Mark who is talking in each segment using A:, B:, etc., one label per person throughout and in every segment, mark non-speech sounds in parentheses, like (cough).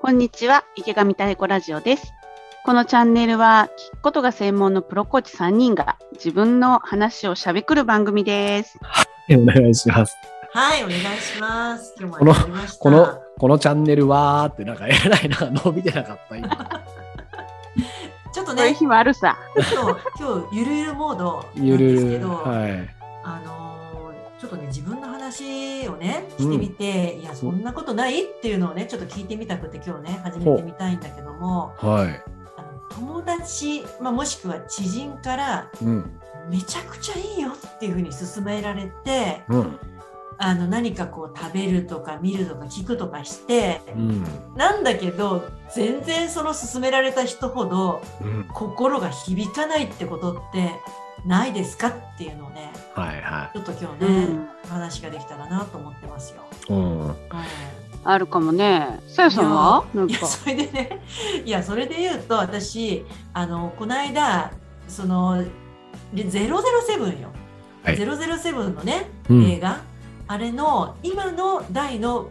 A: こんにちは、池上太鼓ラジオです。このチャンネルは、聞くことが専門のプロコーチ3人が自分の話をしゃべくる番組です。
B: お願いします。
C: はい、お願いします。今日
B: こ
C: も
B: の
C: やりました。
B: この、このチャンネルはーってなんかえらいな、 (laughs) 伸びてなかった今。
C: ちょっ
A: そ
C: と
A: ういう
C: ね、
A: 日もあるさ。
C: 今日、今日ゆるゆるモ
B: (laughs)
C: ードな
B: ゆ
C: んです
B: る
C: け
B: る。
C: ど、
B: はい。
C: あのーちょっとね、自分の話をね、してみて、いや、そんなことないっていうのをね、ちょっと聞いてみたくて、今日ね、始めてみたいんだけども、
B: はい。
C: あの友達、まあ、もしくは知人から、
B: うん。
C: めちゃくちゃいいよっていうふうに勧められて、
B: うん。
C: あの何かこう食べるとか見るとか聞くとかして、
B: うん。
C: なんだけど全然その勧められた人ほど
B: うん。
C: 心が響かないってことってないですかっていうのをね
B: はいは
C: ちょっと今日
A: う
C: ね、
A: ん。
C: お話ができたらなと思ってますよ。
B: い。うん。
C: うん
A: あるかもね。さやさんはなん
C: いや
A: か。
C: それでねいやそれで言うと私あのこの間そので007よ、
B: はい
C: 007のね
B: うん
C: 映画、あれの今の代の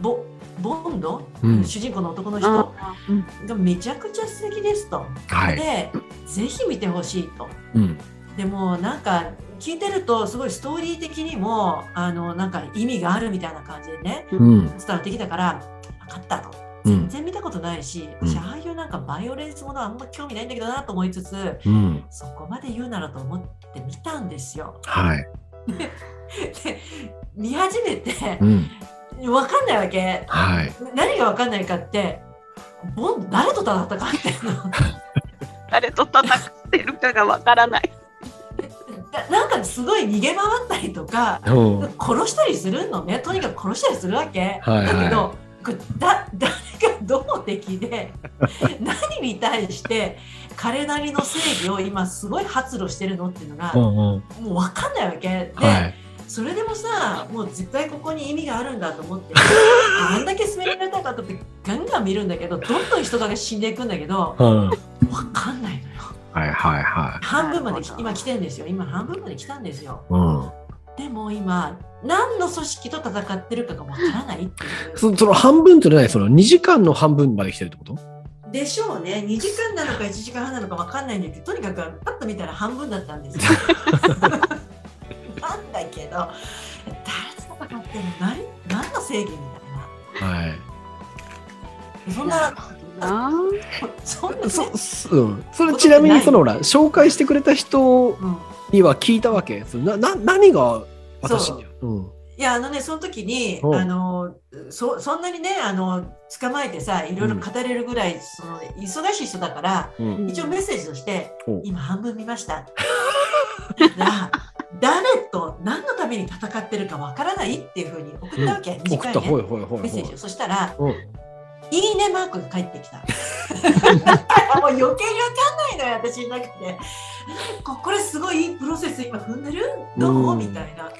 C: ボボンド、
B: うん
C: 主人公の男の人、
A: あうん
C: がめちゃくちゃ素敵ですと。
B: はい。
C: で、ぜひ見てほしいと。
B: うん。
C: でもなんか聞いてるとすごいストーリー的にもあのなんか意味があるみたいな感じでね
B: うん。
C: 伝わってきたから分かったと。
B: う
C: 全
B: ん。
C: 然見たことないし、
B: うん
C: 私ああいうなんかバイオレンスものあんま興味ないんだけどなと思いつつ
B: うん。
C: そこまで言うならと思って見たんですよ。 (laughs)
B: はい。
C: で見始めて
B: うん。
C: 分かんないわけ
B: はい。
C: 何が分かんないかってボンド誰と戦ったかみたいな。
A: 誰と戦ってるかがわからない。
C: (laughs) ななんかすごい逃げ回ったりとか
B: うん。は
C: 殺したりするのねとにかく殺したりするわけ、
B: はいはい
C: だけどこれだ誰がどう敵で何に対して彼なりの正義を今すごい発露してるのっていうのが、
B: うん。
C: もう分かんないわけで、
B: はい。
C: それでもさもう絶対ここに意味があるんだと思ってあんだけ勧められたかったってガンガン見るんだけどどんどん人が死んでいくんだけど
B: うん。はい
C: 分かんないのよ
B: はいは
C: 半分まで
A: なる
C: き
A: ほど
C: 今来てんですよ今半分まで来たんですよ
B: い。うん。
C: でも今何の組織と戦ってるかがわからないっていう。
B: そその半分ってない、その2時間の半分まで来てるってこと
C: でしょうね2時間なのか1時間半なのかわかんないんだけどとにかくパッと見たら半分だった
B: (laughs)
C: んですよ。なんだけど誰と戦ってるの何何の正義みたいな
B: はい。
C: (laughs) そんな
A: なあ
C: そんな、ね
B: そ、そうん、それちなみにそのほら紹介してくれた人
C: うん、
B: には聞いたわけそれなな何が私にうん
C: いやあのねその時に
B: うん
C: あのそそんなにねあの捕まえてさいろいろ語れるぐらい、その忙しい人だから
B: うん
C: 一応メッセージとして
B: お
C: 今半分見ました。 (laughs) だ誰と何のために戦ってるかわからないっていうふうに送ったわけ、
B: 送
C: 短
B: っ
C: い
B: た
C: ね
B: ほいほいほいほ
C: メッセ
B: い
C: ージをそしたら
B: うん
C: 「いいね」マークが返って
B: (laughs)
C: きただからもう余計にわかんないのよ私の中でここれすごいいいプロセス今踏んでるどう
B: うん
C: みたいな。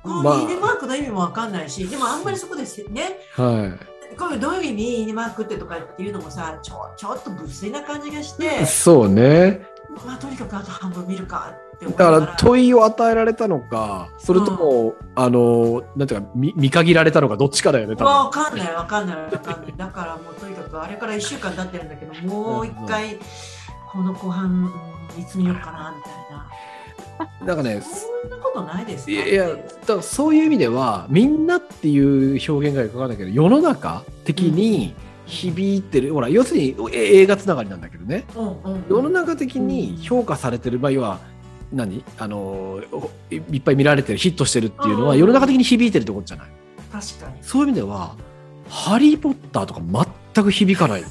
C: こ
B: まあ
C: のいいねマークの意味もわかんないし、でもあんまりそこですね、
B: は
C: これどういう意味いいねマークってとかっていうのもさ、ちょちょっと無粋な感じがして、
B: いそうね
C: まあとにかくあと半分見るかって思
B: だ
C: いな
B: か
C: が
B: ら問いを与えられたのかそれとも、あのなんていうか見見限られたのかどっちかだよね多分
C: わかんないわかんないわかんないだからもうとにかくあれから1週間経ってるんだけどもう一回この後半、うん、いつ見ようかなみたいな
B: なんかね
C: そんなことないですか
B: いやいやだからそういう意味ではみんなっていう表現がよくわかんないけど世の中的に響いてる、ほら要するにえ映画つながりなんだけどね
C: うんうん
B: 世の中的に評価されてる、まあ、要は何あのおいいっぱい見られてるヒットしてるっていうの
C: うんう
B: は
C: ん
B: 世の中的に響いてるってことじゃない
C: 確かに
B: そういう意味では「ハリー・ポッター」とか全く響
C: (laughs)
B: かない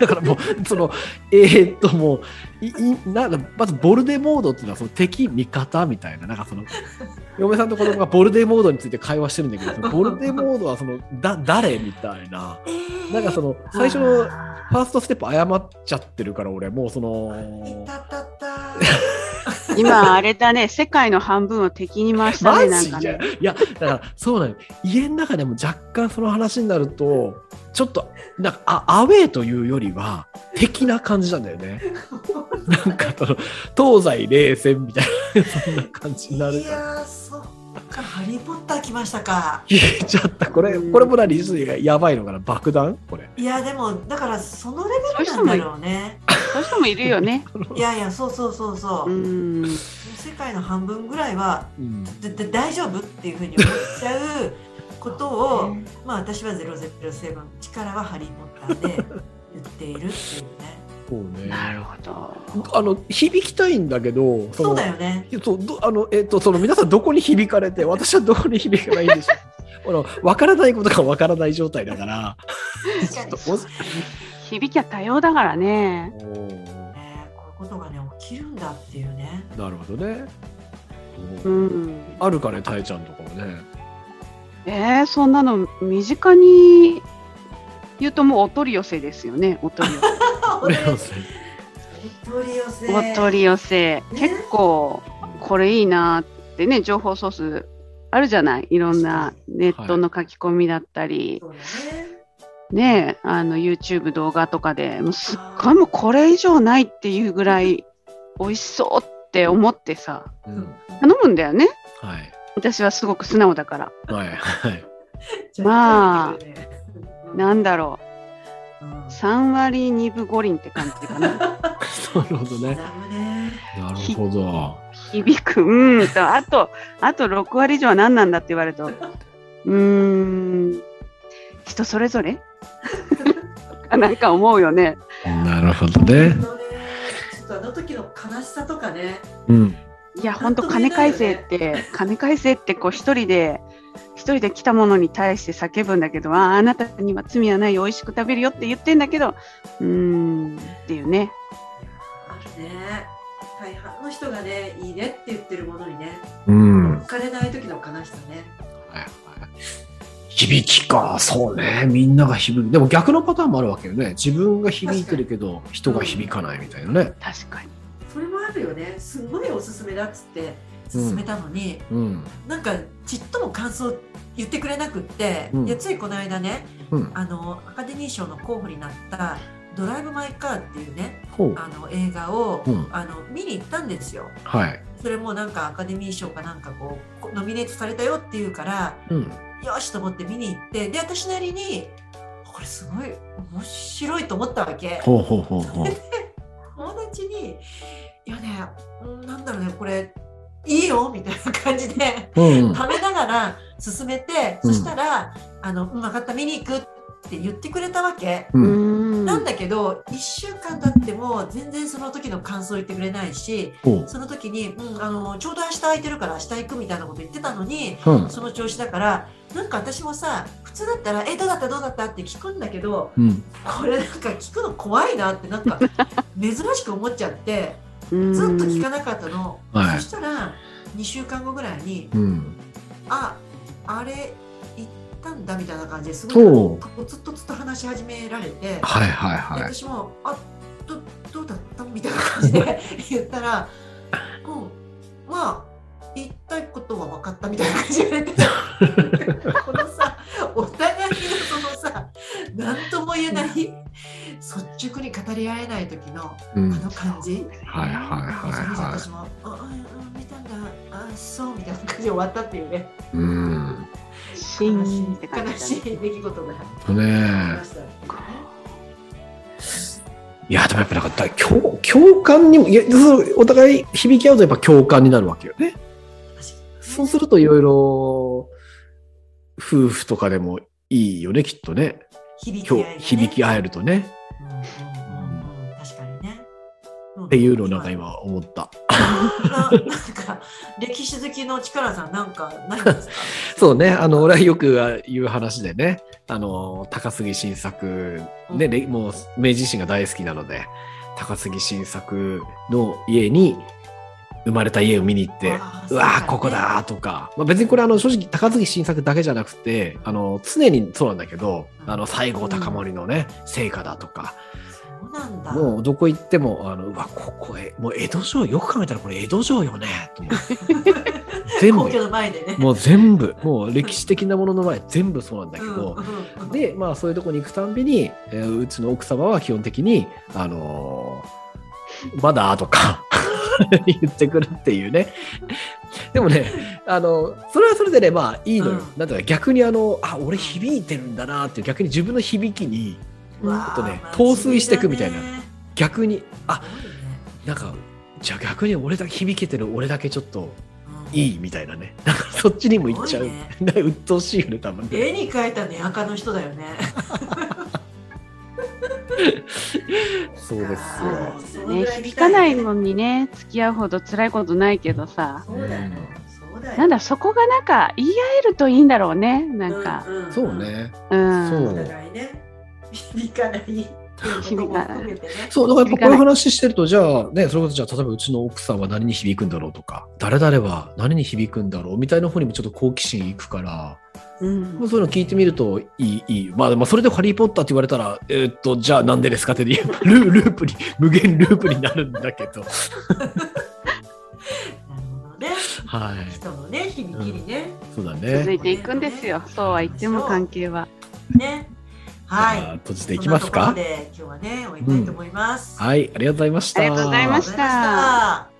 B: だからもうそのえーっともういいなんだまずボルデモードっていうのはその敵味方みたいななんかその嫁さんと子供がボルデモードについて会話してるんだけどそのボルデモードはそのだ誰みたいな
C: えー
B: なんかその最初の
C: あ
B: ファーストステップ誤っちゃってるから俺もうその
C: ーいたた (laughs) た
A: 今あれだね、世界の半分を敵に回した
B: マ
A: ね、なん
B: ジ
A: か
B: じゃ
A: ね
B: ん。いや、だから、そうなのよ。家の中でも若干その話になると、ちょっと、なんか、あアウェーというよりは、的な感じなんだよね。なんか、その、東西冷戦みたいな、そんな感じになる
C: い
B: から。
C: やーそっか、ハリー・ポッター来ましたか。
B: 言っちゃった。これ、これも何すがやばいのかな爆弾これ。
C: いや、でも、だから、そのレベルなんだろうね。
A: そういう人もいるよね。
C: いやいや、そうそうそうそうう。もう
A: ーん。
C: 世界の半分ぐらいは、
B: うん。
C: だだ大丈夫っていうふうに思っちゃうことを、まあ、私は007、力はハリー・ポッ
B: (laughs)
C: ターで言っているっていうね。
B: そうね。
A: なるほど。
B: あの、響きたいんだけど、
C: そうだ
B: よ。
C: よね。
B: そうどあのえっとその皆さんどこに響かれて私はどこに響けばいいんでしょ (laughs) うあの分からないことが分からない状態だから
C: 確かに
B: ちょっと
A: 響きは多様だからね。
C: ねこういうことがね、起きるんだっていうね。
B: なるほどねお
A: う
B: ー
A: ん。
B: あるかねたえちゃんとかもね
A: えー、そんなの身近に言うともうお取り寄せですよね。お取り寄せ。
C: お取り寄せ。
A: お取り寄せ。結構これいいなってね、情報ソースあるじゃない。いろんなネットの書き込みだったり、
C: そうだね。
A: ね、あの YouTube 動画とかでもうすっごいもうこれ以上ないっていうぐらい美味しそうって思ってさ、
B: う
C: うんん
A: 頼むんだよね。
B: はい
A: 私はすごく素直だから。
B: はいはい
A: まあ、
C: な
A: なんだろ
C: うん
A: う。3割2分5厘って感じかな。
B: なるほどね
C: だね。
B: なるほど
A: 響く、うん
C: (laughs)
A: と、あと、あと6割以上は何なんだって言われると、うーん、人それぞ
C: (laughs)
A: れなんか思うよね。
B: なるほど
C: あ
B: ね
C: のねちょっとあの時の悲しさとかね。
B: うん
A: いや、ほんと金返せ
C: (laughs)
A: って、金返せって、こう一人で、一人で来たものに対して叫ぶんだけど、ああ、あなたには罪はない、美味しく食べるよって言ってんだけど、うーん、っていうね。
C: あるね。大半の人がね、いいねって言ってるものにね、
B: うん
C: 浮かれない時の悲しさね。
B: 響きかそうねみんなが響くでも逆のパターンもあるわけよね自分が響いてるけど人が響かないみたいなね
A: 確かに。
C: それもあるよね。すごいおすすめだっつって勧めたのに、
B: うん
C: なんかちっとも感想言ってくれなくって、
B: うん
C: でついこの間ね、
B: うん
C: あのアカデミー賞の候補になった「ドライブ・マイ・カー」っていうね
B: ほう
C: あの映画を、
B: うん
C: あの見に行ったんですよ。
B: はい
C: それもなんかアカデミー賞かなんかこうこノミネートされたよっていうから
B: うん
C: よしと思って見に行ってで私なりにこれすごい面白いと思ったわけ。
B: ほうほうほうほう
C: 友達に「いやねうんなんだろうねこれいいよ」みたいな感じで。
B: うん
C: 食べながら進めて、
B: うん
C: そしたら「あのうん分かった見に行く」って言ってくれたわけ、
B: う
A: うんーん。
C: なんだけど1週間経っても全然その時の感想言ってくれないし
B: ほう
C: その時に、うん、あのちょうど明日空いてるから明日行くみたいなこと言ってたのに
B: うん
C: その調子だからなんか私もさ普通だったら「えどうだったどうだった?」って聞くんだけど
B: うん
C: これなんか聞くの怖いなってな
B: (laughs)
C: んか珍しく思っちゃって
A: うーん
C: ずっと聞かなかったの、
B: はい
C: そしたら2週間後ぐらいに
B: うん
C: ああれ行ったんだみたいな感じです
B: ほ
C: ごいずっとずっと話し始められて、で
B: はいはいはい
C: 私も「あどどうだった?」みたいな感じで言ったら「うんまあ言いたいことは分かった」みたいな感じで言わ
B: (laughs)
C: れてこのさお互いのそのさ何とも言えない率直に語り合えない時の
B: う
C: あ
B: ん
C: の感じ。
B: はいはいはいは
C: 私も「あうんうん見たんだあそう」みたいな感じで終わったっていうね。
B: いうん
A: シ
C: 悲
A: ー
C: し
A: ンって感じだね
C: い出来事が
B: とねいやでもやっぱなんかだ共共感にもいやそうお互い響き合うとやっぱ共感になるわけよねそうするといろいろ夫婦とかでもいいよねきっとね
C: 響
B: 今日響き合
C: え
B: えるとね
C: 確かにね。
B: っていうのをなんか今思った
C: ななんか歴史好きの力さんなんかないんですか
B: そうねあの俺はよく言う話でねあの高杉晋作ね、れもう明治維新が大好きなので高杉晋作の家に生まれた家を見に行って
C: あー
B: うわ
C: そうだ
B: ー
C: ね
B: ここだーとか、まあ、別にこれあの正直高杉晋作だけじゃなくてあの常にそうなんだけどあの西郷隆盛のね成果だとか
C: そうなんだ
B: もうどこ行ってもあのうわここへもう江戸城よく考えたらこれ江戸城よねと思
C: (laughs)
B: って全
C: 皇居
B: 部
C: の前でね
B: もう全部もう歴史的なものの前全部そうなんだけ
C: うん
B: ど、
C: うんうん
B: でまあそういうとこに行くたんびに、えーうちの奥様は基本的にあのーまだとか (laughs) 言ってくるっていうね。でもね、あの、それはそれでね、まあいいのよ。
C: うん
B: なんていうか逆にあの、あ、俺響いてるんだなっていう、逆に自分の響きに、
C: わあ
B: ちょっとね陶酔してくみたいな
C: 真面目だね
B: 逆に、あ、
C: すごいね
B: なんか、じゃあ逆に俺だけ響けてる俺だけちょっと
C: うん
B: いいみたいなね。なんかそっちにも行っちゃう。
C: すごい
B: (laughs) ね
C: ね、
B: 鬱陶しいよね、多分ね。
C: 絵に描いたね赤の人だよね。
B: そうですよ。
C: あー
A: ね、響かないのにね付き合うほど辛いことないけどさ
C: そうだよ。そうだよ。
A: なんだそこがなんか言い合えるといいんだろうねなんか、
C: うう
B: そう。ね。
A: うん
B: そ
C: お
B: う
C: 互いね響かないっていうことも含めてね。
B: そう、だからやっぱこういう話してると、じゃあね、それこそじゃあ、例えばうちの奥さんは何に響くんだろうとか、誰々は何に響くんだろうみたいな方にもちょっと好奇心いくから、
A: うん
B: まあそういうの聞いてみるといい、いい。まあ、まあ、それでハリー・ポッターって言われたら、えーっと、じゃあなんでですかって言うルーループに、無限ループになるんだけど。
C: なるほどね。
B: はい。
C: 人のね響きにね。
B: そうだ
A: 続
B: ね。
A: いていくんですよそうは言っても関係は
C: ね。は
B: じゃあ
C: い。
B: 閉じていきますか
C: そんなところ。で今日はね終えたいと思います。
B: はい、ありがとうございました。
A: ありがとうございました
C: ありがとうございました。